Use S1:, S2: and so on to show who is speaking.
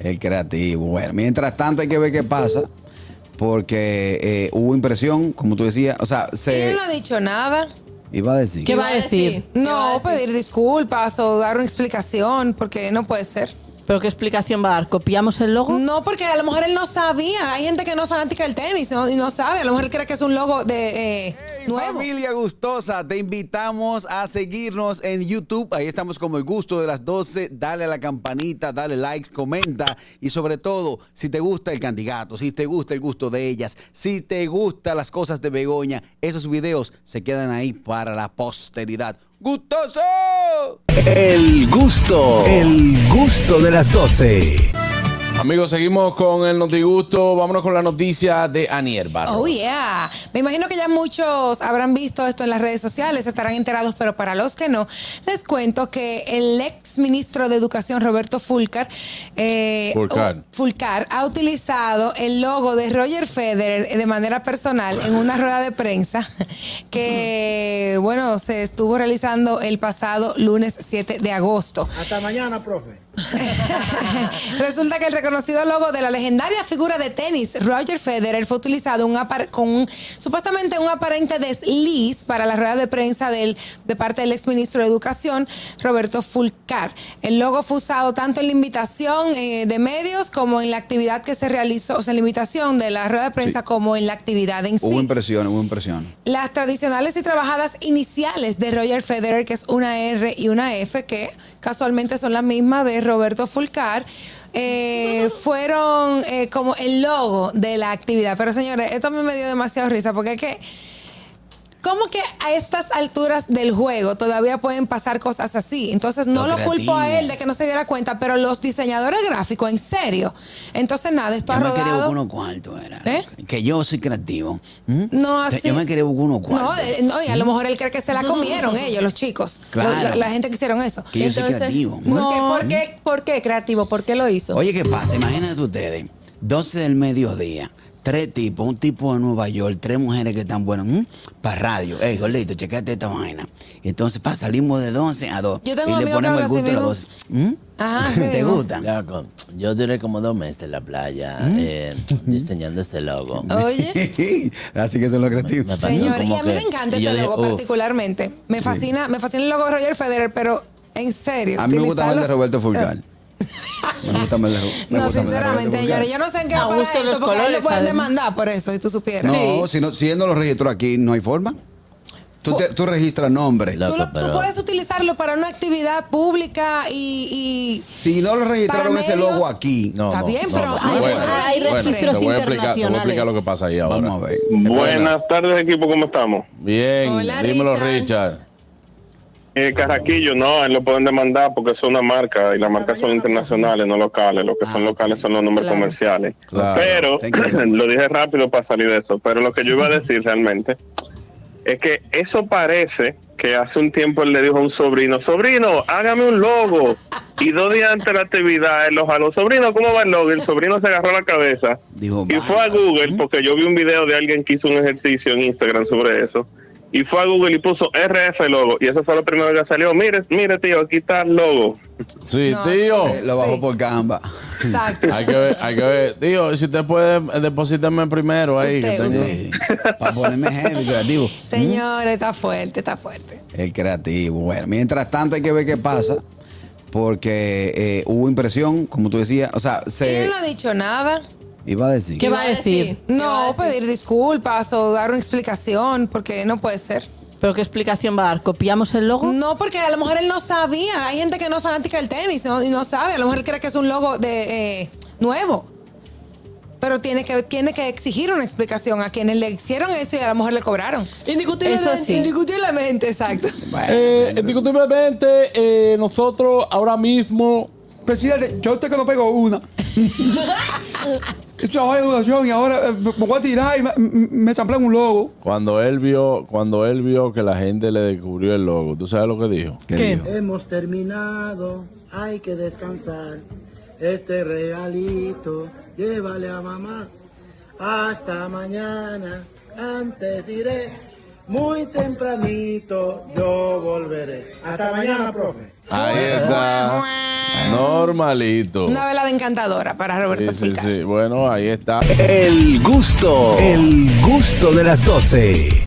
S1: El creativo. Bueno, mientras tanto hay que ver qué pasa. Porque eh, hubo impresión, como tú decías. O sea,
S2: Él
S1: se
S2: no ha dicho nada.
S1: iba a decir.
S3: ¿Qué va a decir?
S2: No,
S4: ¿Qué va a decir?
S2: pedir disculpas o dar una explicación, porque no puede ser.
S3: ¿Pero qué explicación va a dar? ¿Copiamos el logo?
S2: No, porque a lo mejor él no sabía. Hay gente que no es fanática del tenis no- y no sabe. A lo mejor él cree que es un logo de eh,
S1: Hey,
S2: nuevo.
S1: Familia gustosa, te invitamos a seguirnos en YouTube. Ahí estamos como el gusto de las 12. Dale a la campanita, dale like, comenta y sobre todo, si te gusta el candidato, si te gusta el gusto de ellas, si te gustan las cosas de Begoña, esos videos se quedan ahí para la posteridad. ¡Gustoso!
S5: El gusto, el gusto de las 12.
S6: Amigos, seguimos con el notigusto. Vámonos con la noticia de Anier Barro.
S2: Oh, yeah. Me imagino que ya muchos habrán visto esto en las redes sociales, estarán enterados, pero para los que no, les cuento que el ex ministro de Educación, Roberto Fulcar, eh,
S6: Fulcar.
S2: o- Fulcar, ha utilizado el logo de Roger Federer eh, de manera personal en una rueda de prensa que, bueno, se estuvo realizando el pasado lunes 7 de agosto.
S7: Hasta mañana, profe.
S2: Resulta que el reconocido logo de la legendaria figura de tenis Roger Federer fue utilizado un apar- con un- supuestamente un aparente desliz para la rueda de prensa del, de parte del exministro de Educación, Roberto Fulcar. El logo fue usado tanto en la invitación eh, de medios como en la actividad que se realizó, o sea, en la invitación de la rueda de prensa como en la actividad en sí.
S1: Hubo impresión, hubo impresión.
S2: Las tradicionales y trabajadas iniciales de Roger Federer, que es una R y una F, que casualmente son las mismas de Roberto Fulcar, eh, fueron eh, como el logo de la actividad. Pero señores, esto a mí me dio demasiado risa porque es que... ¿Cómo que a estas alturas del juego todavía pueden pasar cosas así? Entonces no
S1: Lo
S2: lo, culpo a
S1: creativo.
S2: él de que no se diera cuenta, pero los diseñadores gráficos, en serio. Entonces nada, esto ha rodado...
S1: cuartos, era.
S2: ¿Eh?
S1: Que yo soy creativo.
S2: No, así.
S1: buscar unos
S2: No, eh, no, y a lo
S1: ¿Mm?
S2: mejor él cree que se la comieron ellos, los chicos.
S1: Claro.
S2: Lo- la, la gente que hicieron eso. ¿Mm?
S1: Que yo soy
S4: Entonces,
S1: creativo.
S4: ¿por qué, por qué- por qué creativo? ¿Por qué lo hizo?
S1: Oye, ¿qué pasa? Imagínate ustedes, 12 del mediodía, tres tipos, un tipo de Nueva York, tres mujeres que están buenas, para radio. Ey, gordito, checate esta vaina. Y entonces pa, salimos de 12 a 2.
S2: Yo tengo
S1: y le
S2: un amigo que
S1: ponemos el
S2: habla
S1: gusto
S2: así
S1: a las
S2: mismo.
S1: 12. ¿Mm?
S2: Ah, sí
S1: ¿Te
S2: mismo.
S1: gusta?
S8: Loco, yo duré como dos meses en la playa eh, diseñando este logo.
S2: Oye,
S1: Así que son los creativos.
S8: Me- me pasó
S2: señor, y
S8: como
S2: a mí me
S8: que-
S2: encanta
S8: y yo
S2: ese
S8: dije,
S2: logo
S8: "Uf".
S2: particularmente. Me fascina, me fascina el logo de Roger Federer, pero en serio.
S1: A mí me gusta más el de
S2: utilizarlo- eh,
S1: Roberto Fulgar. Me gusta más el de Ro- me
S2: No,
S1: gusta más el de Roberto
S2: sinceramente, señores,
S1: Fulgar.
S2: yo no sé en qué
S3: A
S2: va para
S3: gusto
S2: esto,
S3: los
S2: porque a él
S3: colores,
S2: lo pueden
S3: además.
S2: demandar por eso, si tú supieras.
S1: No, si, no, si él no lo registró aquí, no hay forma. Tú, te- tú registras nombre.
S8: Lo-
S2: Tú, lo- tú
S8: pero-
S2: puedes utilizarlo para una actividad pública y... y
S1: Si no lo registraron
S2: para
S1: ese
S2: medios-
S1: logo aquí,
S8: No,
S2: Está
S8: no,
S2: bien,
S8: no,
S2: pero...
S8: no.
S2: hay-
S3: Bueno,
S2: hay-
S3: bueno. registros
S6: te voy a explicar, te voy a explicar
S3: internacionales.
S6: lo que pasa ahí ahora.
S1: vamos a ver.
S9: Buenas tardes, equipo, ¿cómo estamos?
S6: Bien,
S4: Hola,
S6: dímelo,
S4: Richard.
S6: Richard.
S9: Eh, Carraquillo, no, él lo pueden demandar porque es una marca y las marcas son internacionales, no locales. Lo que son locales son los nombres
S4: Claro.
S9: comerciales.
S6: Claro.
S1: Thank
S9: Pero,
S1: you.
S9: lo dije rápido para salir de eso, pero lo que yo iba a decir realmente es que eso parece que hace un tiempo él le dijo a un sobrino, sobrino, hágame un logo. Y dos días antes de la actividad, él lo jaló, sobrino, ¿cómo va el logo? Y el sobrino se agarró la cabeza.
S1: Dijo,
S9: y fue a
S1: "Vaya".
S9: Google, porque yo vi un video de alguien que hizo un ejercicio en Instagram sobre eso. Y fue a Google y puso RF logo. Y eso fue lo primero que salió. Mire, mire, tío, aquí está el logo.
S6: Sí,
S2: No,
S6: tío.
S2: sí.
S1: Lo bajó
S2: Sí.
S1: por Canva.
S2: Exacto.
S6: Hay que ver, hay que ver. Tío, si usted puede, eh, deposítame primero ahí. que
S2: Usted,
S6: tengo-
S2: usted.
S1: Para ponerme heavy, creativo.
S2: Señores, está fuerte, está fuerte.
S1: El creativo. Bueno, mientras tanto hay que ver qué pasa. Porque eh, hubo impresión, como tú decías. O sea,
S2: Él
S1: se
S2: no ha dicho nada.
S1: iba a decir.
S3: ¿Qué va a decir?
S4: ¿Qué va a
S2: No,
S4: decir?
S2: pedir disculpas o dar una explicación, porque no puede ser.
S3: ¿Pero qué explicación va a dar? ¿Copiamos el logo?
S2: No, porque a lo mejor él no sabía. Hay gente que no es fanática del tenis no- y no sabe. A lo mejor él cree que es un logo de eh, nuevo. Pero tiene que, tiene que exigir una explicación a quienes le hicieron eso y a lo mejor le cobraron.
S3: Indiscutiblemente. Eso sí.
S2: Indiscutiblemente, exacto.
S6: Eh, indiscutiblemente, eh, nosotros ahora mismo.
S7: Presidente, yo a usted que no pego una. Yo trabajo en educación y ahora eh, me voy a tirar y me, me champlean un logo.
S6: Cuando él vio, cuando él vio que la gente le descubrió el logo, ¿tú sabes lo que dijo?
S3: ¿Qué?
S1: dijo?
S7: Hemos terminado, hay que descansar. Este regalito, llévale a mamá. Hasta mañana, antes diré Muy tempranito yo volveré. Hasta mañana, profe.
S6: Ahí está. Normalito.
S2: Una velada encantadora para Roberto
S6: Sí, sí,
S2: Fica.
S6: sí. Bueno, ahí está.
S5: El gusto, el gusto de las 12.